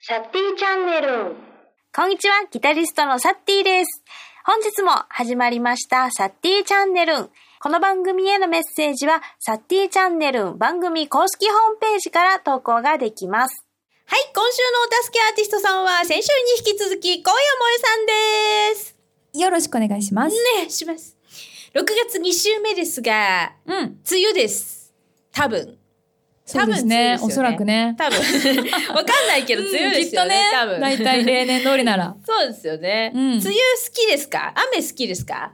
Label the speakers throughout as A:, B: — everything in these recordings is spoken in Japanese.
A: サッティチャンネル。
B: こんにちは、ギタリストのサッティです。本日も始まりました、サッティチャンネルン。この番組へのメッセージは、サッティチャンネルン番組公式ホームページから投稿ができます。
C: はい、今週のお助けアーティストさんは先週に引き続き、高野萌さんです。
D: よろしくお願いします。
C: ね、します。6月2週目ですが、
D: うん。
C: 梅雨です。多分。
D: そうですね。
C: 多分梅雨ですよね
D: おそらくね。
C: 多分。わかんないけど、梅雨ですよね。多
D: うんきっとね、
C: 分。。
D: 大体例年通りなら
C: そうですよね、
D: うん
C: 梅雨好きですか雨好きですか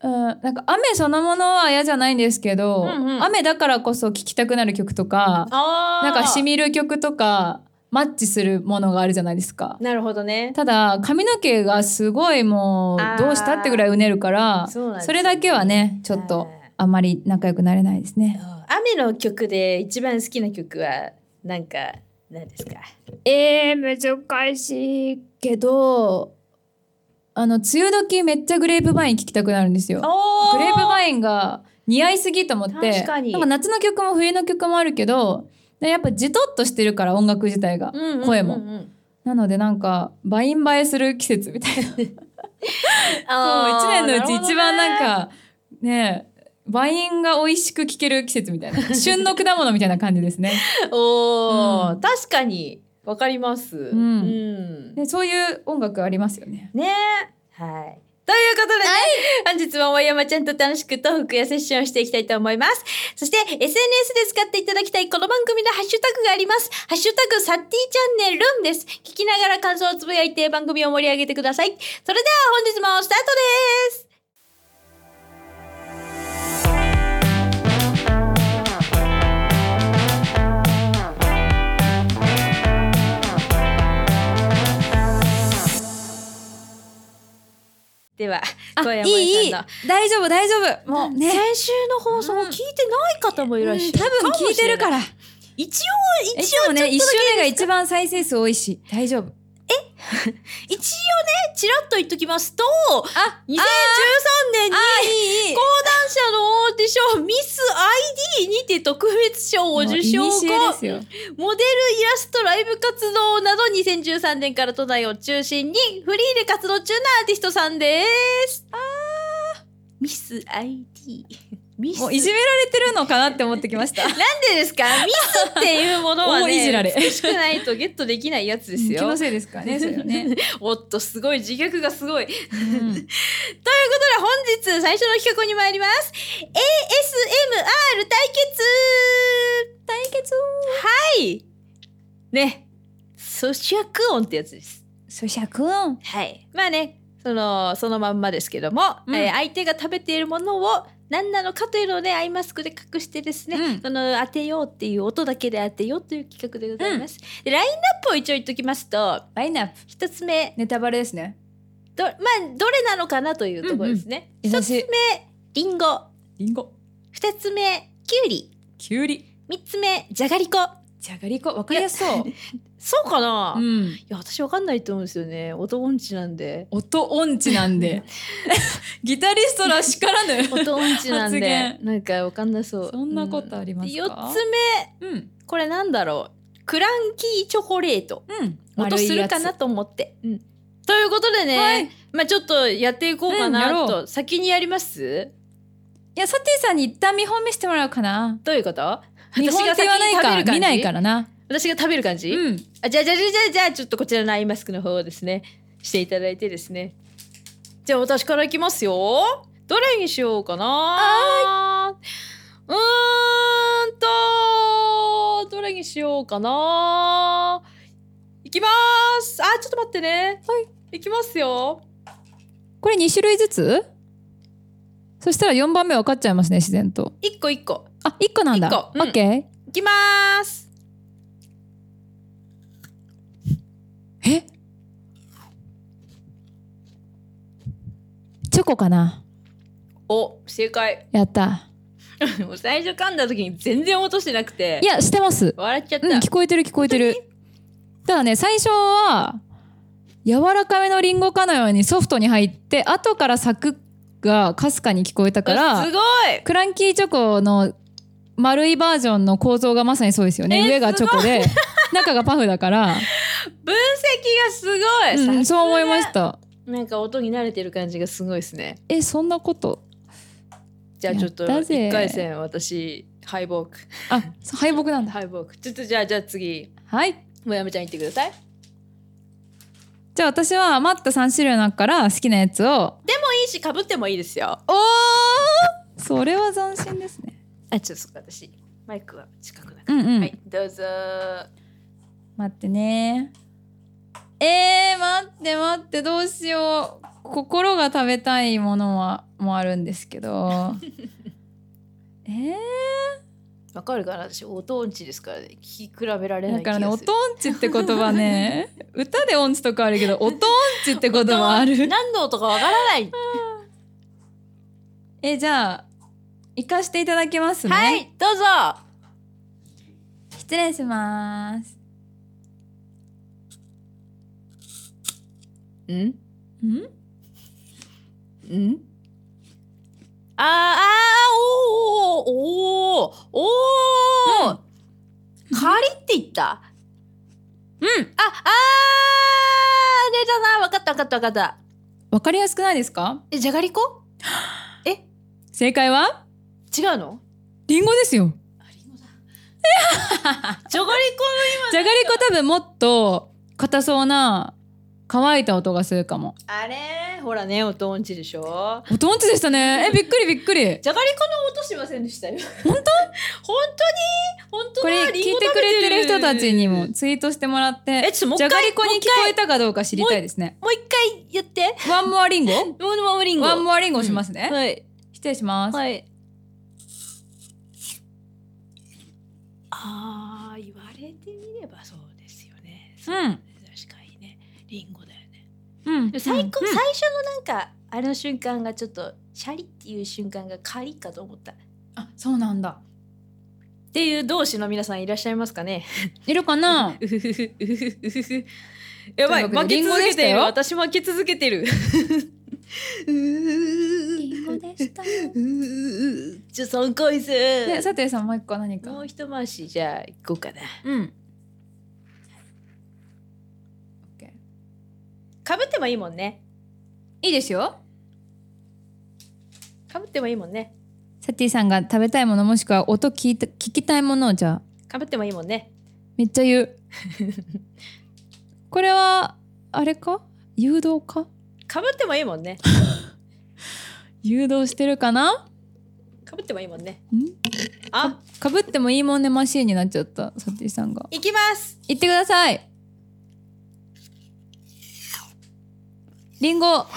D: うん、なんか雨そのものは嫌じゃないんですけど、
C: うんうん
D: 雨だからこそ聴きたくなる曲とか、
C: あ
D: なんかし
C: み。
D: みる曲とか、マッチするものがあるじゃないですか。
C: なるほどね。
D: ただ、髪の毛がすごいも
C: あー
D: う、どうしたってぐらいうねるから、
C: そうなんですよ
D: れだけはね、ちょっと
C: は、い
D: あんまり仲良くなれないですね。
C: 雨の曲で一番好きな曲は、なんか、何ですか
D: えー、難しいけど、あの、梅雨時めっちゃグレープバイン聴きたくなるんですよ。
C: お
D: グレープ
C: イ
D: バインが似合いすぎと思って
C: 確かに
D: なんか夏の曲も冬の曲もあるけどでやっぱじとっとしてるから音楽自体が、声もなのでなんかバイン映えする季節みたい なもう一年のうち一番なんかねえバインが美味しく聴ける季節みたい な旬の果物みたいな感じですね
C: おー、
D: うん
C: 確かにわかります。うんん
D: でそういう音楽ありますよね
C: ねはい。ということでね、本日も大山ちゃんと楽しくトークやセッションをしていきたいと思います。そして SNS で使っていただきたいこの番組のハッシュタグがあります。ハッシュタグサッティチャンネルンです。聞きながら感想をつぶやいて番組を盛り上げてください。それでは本日もスタートです。では、
D: あ
C: 小
D: い
C: 山さんの
D: いいい大丈夫大丈夫もうね
C: 先週の放送を聞いてない方もいらっしゃる、。
D: 多分聴いてるからら
C: 一応、
D: い
C: 一
D: つ
C: 応
D: も
C: ね、
D: ね一周目が一番再生数多いし大丈夫
C: 一応ね、ちらっと言っときますと、
D: あ
C: 2013年に
D: いいいい
C: 講談社のオーディションミス ID にて特別賞を受賞
D: もう
C: 後、
D: 古ですよ。
C: モデル、イラスト、ライブ活動など2013年から都内を中心にフリーで活動中のアーティストさんです。あー、ミス ID。ミス
D: も
C: な
D: うんいじめられてるのかなって思ってきました。
C: でですかミスっていうものは
D: 大いじら
C: ね、
D: れ。
C: 美しくないとゲットできないやつです
D: 気
C: よ
D: の。せいですからね、それ はね。
C: おっと、すごい、自虐がすごい。ということで本日最初の企画に参ります。ASMR 対決対決はい。ね。咀嚼音ってやつです。
D: そしゃくん。
C: はい。まあね、その、そのまんまですけども、
D: うん
C: えー相手が食べているものを何なのかというのをね、アイマスクで隠してですね、
D: うん
C: その当てようっていう音だけで当てようという企画でございます。で、ラインナップを一応言っときますと、
D: ラインナップ。
C: 一つ目、
D: ネタバレですね。
C: ど、まあ、どれなのかなというところですね。
D: うん
C: 一、
D: うん優
C: つ
D: しい
C: 目、リンゴ。
D: りんご。
C: 二つ目、きゅうり。
D: きゅうり。
C: 三つ目、じゃがりこ。
D: じゃがりこ、わかりやすそう。
C: そうかな、
D: う
C: い
D: ん。
C: や、私わかんないと思うんですよね。音音痴なんで。
D: 音音痴なんで。ギタリストらしからぬ。
C: 音音痴なんで
D: 発、言
C: なんかわかんなそう。
D: そんなことありますか
C: 四つ目、
D: うん。
C: これなんだろう。クランキーチョコレート。
D: うん。
C: 音するかなと思って。うん。ということでね、
D: はい。い
C: まあちょっとやっていこうか
D: うんやろ
C: な
D: う
C: と。先にやります
D: や、サティさんに一旦見本見せてもらうかな。
C: どういうこと
D: 見本って言わな
C: 私
D: い
C: が先に食べ
D: か
C: る感じ
D: 見ないからな。
C: 私が食べる感じ、
D: うん。
C: あじゃあじゃあじゃあじゃあじゃあちょっとこちらのアイマスクの方をですねしていただいてですねじゃあ私からいきますよどれにしようかなうーんとどれにしようかないきますあちょっと待ってねはいいきますよ
D: これ2種類ずつそしたら4番目分かっちゃいますね自然と
C: 一個一個
D: あ一1個なんだ
C: 一個うん
D: オッケ
C: いきます
D: ーえチョコかな
C: お正解
D: やった
C: もう最初噛んだ時に全然落としてなくて
D: いやしてます
C: 笑っちゃった、
D: うん聞こえてる聞こえてるただね最初は柔らかめのリンゴかのようにソフトに入って後からサクッがかすかに聞こえたか
C: す
D: ら
C: ごい
D: クランキーチョコの丸いバージョンの構造がまさにそうですよね、
C: え
D: 上がチョコで中がパフだから
C: 分がすごい、
D: うん、
C: さ
D: そう思いました
C: なんか音に慣れてる感じがすごいですね
D: えそんなこと
C: じゃあちょっと
D: やったぜ
C: 一回戦私敗北
D: あそう敗北なんだ
C: 敗北ちょっとじゃあじゃあ次
D: はい
C: もやめちゃん行ってください
D: じゃあ私は余った3種類の中から好きなやつを
C: いいしかぶってもいいですよ
D: おそれは斬新ですね
C: あちょっとそっか私マイクは近くなく
D: うんうん、
C: はいどうぞ
D: 待ってねえー、待って待ってどうしよう心が食べたいものはもあるんですけ どえー、
C: わかるかな私音音痴ですからね聞き比べられな
D: だ
C: い気
D: か
C: が
D: ら
C: す
D: ね、
C: る
D: 音音痴って言 葉ね、歌で音痴とかあるけど、音音痴って言葉 ある。
C: 何の音かわからない
D: え、じゃあ、行かしていただきますね。
C: はいどうぞ
D: 失礼します。
C: うん
D: ん
C: うんあーあーおーおーおーおー、カリって言った
D: うん。
C: ああー出たなわかったわかったわかった
D: わかりやすくないですか
C: えじゃがりこえ
D: 正解は
C: 違うの
D: リンゴですよ。
C: ありんごだじゃがりこ
D: じゃがりこ多分もっと硬そうな乾いた音がするかも。
C: あれほらね音音痴でしょ
D: 音音痴でしたね。え、びっくりびっくり。
C: じゃがりこの音しませんでしたよ本当本当に本当
D: これ
C: だ
D: 聞い
C: リンゴ
D: て
C: 食
D: く
C: べ
D: れてる人たちにも
C: る
D: ツイートしてもらっ
C: え
D: て、
C: ちょっともう
D: じ
C: 一
D: ゃが
C: 回
D: りこに聞こえたかどうか知りたいですね。
C: もう一回やって
D: ワンモアリンゴ
C: もうもうリンゴ
D: ワンモアリンゴしますね。
C: はい
D: 失礼します。
C: はいあー言われてみればそうですよねそう
D: うん
C: 確かにねリンゴだよね
D: うん
C: でも最高、
D: うん
C: 最初のなんかあれの瞬間がちょっとシャリっていう瞬間がカリかと思ったっ
D: あ、そうなんだ。
C: ていう同士の皆さんいらっしゃいますかね
D: いるかな。
C: うふふうふふうふふ やばい
D: というわ
C: 負
D: けで
C: け
D: リンゴ
C: 続
D: で
C: け
D: してた
C: いる
D: よ
C: 私負け続けてるう
B: リンゴ
C: ー
B: で した。
C: うー じゃあ3回
D: で、
C: 戦
D: さてさんもう一個何か。
C: もう一回しじゃあ行こうかな
D: うん。
C: かぶってもいいもんね
D: いいですよ。
C: かぶってもいいもんね
D: サティさんが食べたいものもしくは音聞いた聞きたいものをじゃあ
C: かぶってもいいもんね
D: めっちゃ 言う。これはあれか？誘導か？
C: かぶってもいいもんね
D: 誘導してるかな？
C: かぶってもいいもんね
D: ん
C: あ
D: かぶってもいいもんねマシーンになっちゃったサティさんが。
C: 行きます
D: 行ってください。リンゴ。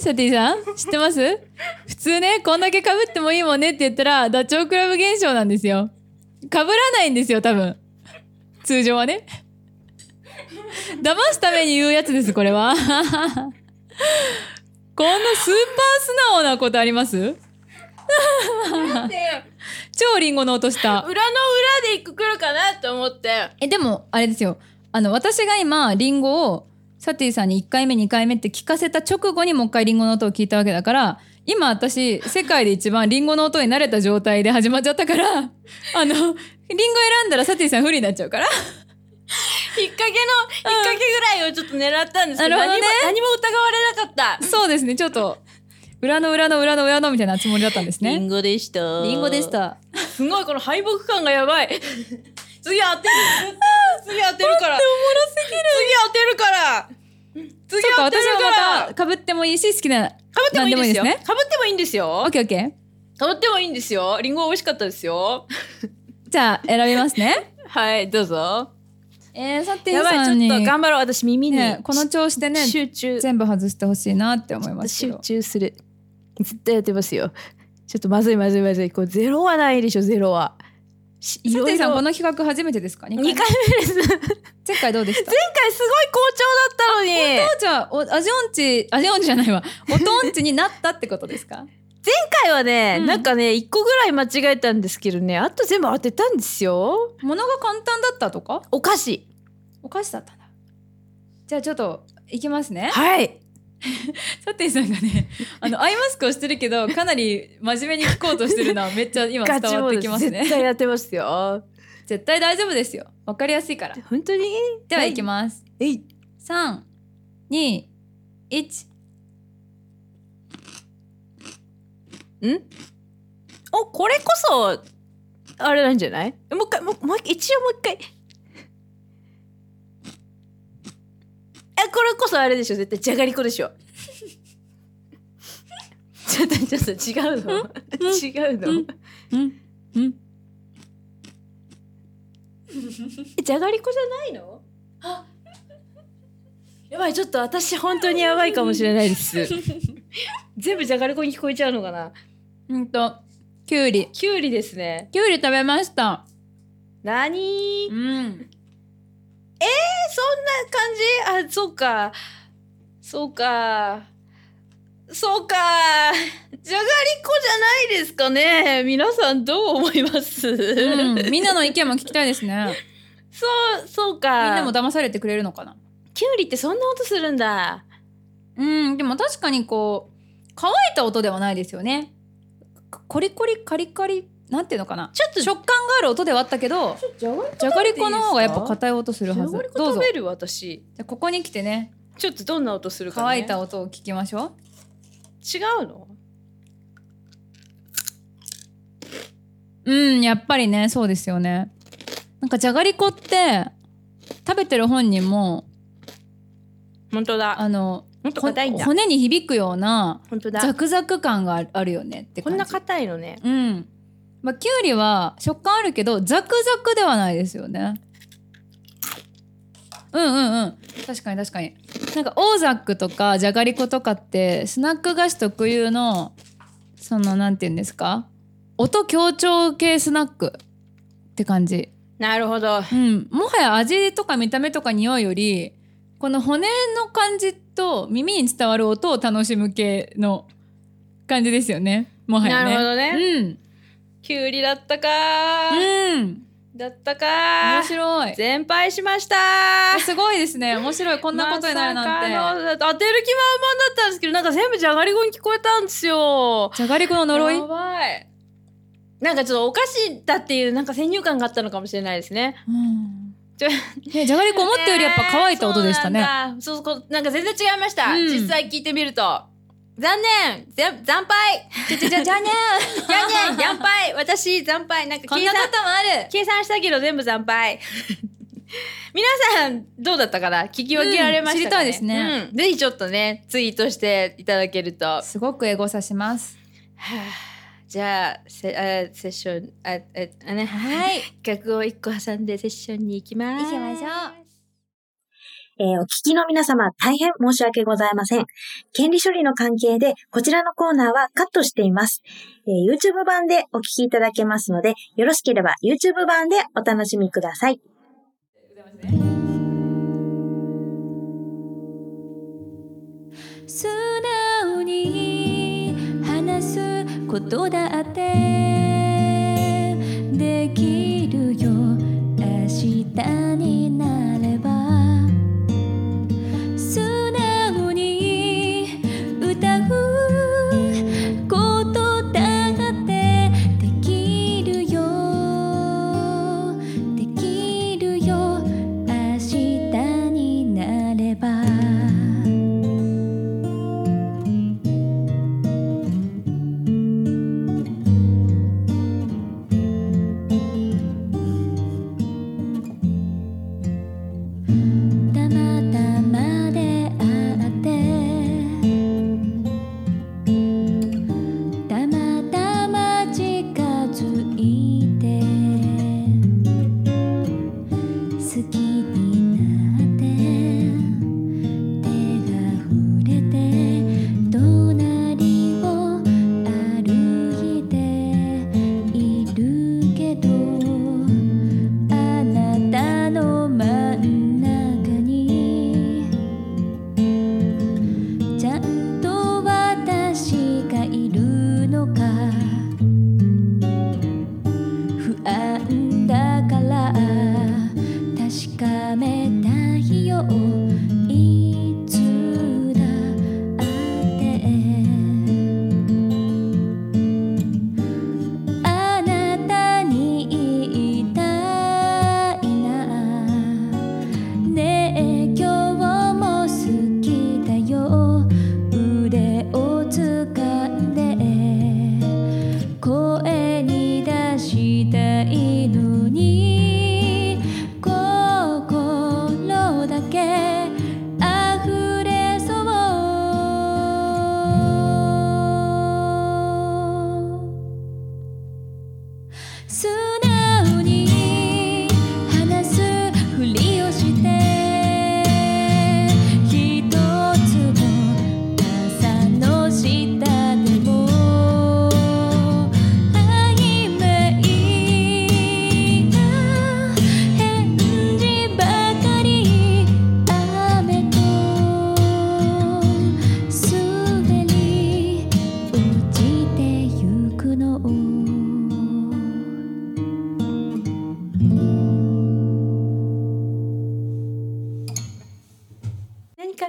D: サティさん知ってます普通ねこんだけ被ってもいいもんねって言ったらダチョウ倶楽部現象なんですよ被らないんですよ多分通常はね騙すために言うやつですこれはこんなスーパー素直なことあります超リンゴの音し
C: 裏
D: た
C: の裏で行く来るかなと思って
D: えでもあれですよあの私が今リンゴをサティさんに1回目2回目って聞かせた直後にもう一回リンゴの音を聞いたわけだから今私世界で一番リンゴの音に慣れた状態で始まっちゃったから あのリンゴ選んだらサティさん不利になっちゃうから
C: 引っ掛けの、引っ掛けぐらいをちょっと狙ったんですけど、
D: なるほ
C: 何
D: どね
C: も、何も疑われなかった。
D: そうですねちょっと裏の裏の裏の裏のみたいなつもりだったんですね
C: ゴでした
D: リンゴでし。た
C: すごい、この敗北感がやばい。 次当てる。次当てるから。おもろすぎる。次当てるから。次
D: そうか
C: 当て
D: 私
C: るから。
D: は
C: か
D: またかぶってもいいし好きな
C: ぶってもいいんですよ。
D: 何でもいい
C: かぶってもいいんです
D: オッ
C: よ。
D: ケーオッケ
C: かぶってもいいんですよ。リンゴ美味しかったですよ。
D: ーじゃあ選びますね
C: はい、どうぞ。
D: えー、サティ
C: やばい、
D: さ
C: ち
D: んに
C: ょっと頑張ろう。私耳に。
D: ね、この調子でね
C: 集中。
D: 全部外してほしいなって思いますけ
C: 集
D: ど
C: 中する絶対やってますよちょっとまずいまずいまずいこうゼロはないでしょゼロはしい
D: サ
C: ろ
D: テ
C: い
D: ィさん
C: ろ
D: この企画初めてですか2
C: 2
D: 回
C: 回目です前回す
D: 前回どうでした
C: ごい好調だったのに前
D: じゃあおアジオンチアジオンチじゃない わおとんちになったってことですか
C: 回はね、
D: うん
C: なんかね1個ぐらい間違えたんですけどねあと全部当てたんですよ
D: 物が簡単だったとか
C: お菓子
D: お菓子だったんだじゃあちょっといきますね
C: はい
D: サティさんがねあのアイマスクをしてるけどかなり真面目に聞こうとしてるのはめっちゃ今伝
C: ガチ
D: わ
C: モー
D: って
C: ド
D: き
C: で
D: ますす
C: 絶
D: ね
C: 対やってますよ
D: 絶対大丈夫ですよわかりやすいから
C: 本当に
D: ではいきます
C: えい
D: 三二一
C: んおこれこそあれなんじゃないもう一回もうもう一応もう一回えこれこそあれでしょ絶対じゃがりこでしょちょっとちょっと違うの違うの
D: うんうん
C: えじゃがりこじゃないのあやばいちょっと私本当にやばいかもしれないです全部じゃがりこに聞こえちゃうのかな
D: うんときゅうり
C: きゅうりですね
D: きゅうり食べました
C: なにー
D: うん
C: えそんな感じあそうかそうかそうかじゃがりこじゃないですかね皆さんどう思います、
D: うん、みんなの意見も聞きたいですね
C: そうそう
D: みん
C: か
D: なも騙されてくれるのかな
C: きゅうりってそんな音するんだ
D: うんでも確かにこう乾いた音ではないですよねこコリコリカリカリなんていうのかな
C: ちょっと
D: 食感がある音ではあったけど
C: じゃがりこ
D: じゃがりこの方がやっぱ
C: 硬
D: 硬い音するはず
C: じゃがりこ
D: どう
C: 食
D: ぞ
C: べる私
D: じゃあここに来てね
C: ちょっとどんな音するか、ね、
D: 乾いた音を聞きましょう
C: 違うの
D: うんやっぱりねそうですよねなんかじゃがりこって食べてる本人も
C: 本当だ
D: あの
C: もっと
D: ほ
C: 硬いんだ
D: 骨に響くような
C: 本当
D: ザ
C: だ
D: クザク感があるあるよねって
C: こ
D: 感
C: ん
D: じ
C: な硬いのね
D: うんまあきゅうりは食感あるけどザクザクではないですよねうんうんうん確かに確かになんかオーザックとかじゃがりことかってスナック菓子特有のそのなんて言うんですか音強調系スナックって感じ
C: なるほど
D: うん、もはや味とか見た目とか匂いよりこの骨の感じと耳に伝わる音を楽しむ系の感じですよねもはや
C: な
D: ね。
C: るほどねきゅうりだったかー
D: うん、うん、
C: だったかー
D: 面白い
C: 全敗しました
D: あすごいですね面白いこ
C: こ
D: んなことになるなんて、
C: て当てる気満々だったんですけどなんか全部じゃがりこに聞こえたんですよ
D: じゃがりこの呪い、
C: やばいなんかちょっとお菓子だっていうなんか先入観があったのかもしれないですね
D: うん
C: ちょ
D: ね、じゃがりこ思ったよりやっぱ乾いた音でしたね、
C: えーそうなんだそうこうなんか全然違いました、
D: うん
C: 実際聞いてみると残念ぜ惨敗
D: じゃじゃじゃじゃね
C: 残念惨敗私惨敗なんか
D: こん
C: 計
D: な
C: 算
D: こともある
C: 計算したけど全部惨敗 皆さんどうだったかな聞き分けられましたか、
D: うん知りたいですね、
C: うんぜひちょっとねツイートしていただけるとは
D: すごくエゴさします
C: あじゃあせあセッションあえあね
D: はい
C: 企画を一個挟んでセッションに行きます
D: 行きましょう
B: えーお聞きの皆様、大変申し訳ございません。権利処理の関係で、こちらのコーナーはカットしています。えー YouTube 版でお聞きいただけますので、よろしければ YouTube 版でお楽しみください。
D: 素直に話すことだってできるよ明日になれば素直に歌うことだってできるよできるよ明日になれば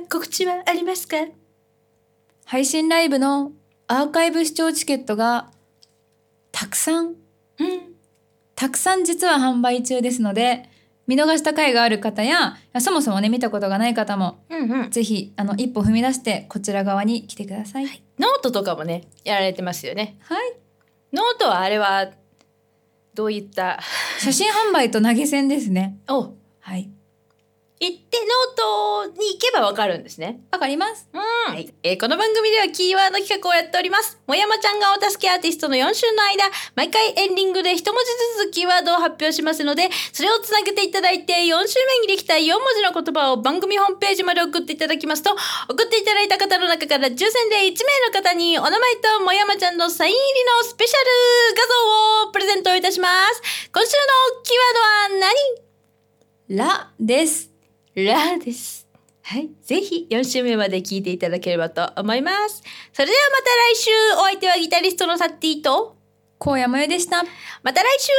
C: 告知はありますか
D: 配信ライブのアーカイブ視聴チケットがたくさん、たくさん実は販売中ですので、見逃した回がある方や、そもそもね、見たことがない方も、
C: うんうん。
D: ぜひ、あの、一歩踏み出して、こちら側に来てください。はい。
C: ノートとかもね、やられてますよね。ノートはあれは、どういった。
D: 写真販売と投げ銭ですね。
C: お、
D: はい。
C: 行ってノートに行けばわかるんですね。
D: わかります。
C: はいえーこの番組ではキーワード企画をやっております。もやまちゃんがお助けアーティストの4週の間、毎回エンディングで一文字ずつキーワードを発表しますので、それをつなげていただいて、4週目にできた4文字の言葉を番組ホームページまで送っていただきますと、送っていただいた方の中から抽選で1名の方にお名前ともやまちゃんのサイン入りのスペシャル画像をプレゼントいたします。今週のキーワードは何
D: らです。
C: ラです。はい。ぜひ4週目まで聞いていただければと思います。それではまた来週お相手はギタリストのサッティと、
D: こうやまゆでした。
C: また来週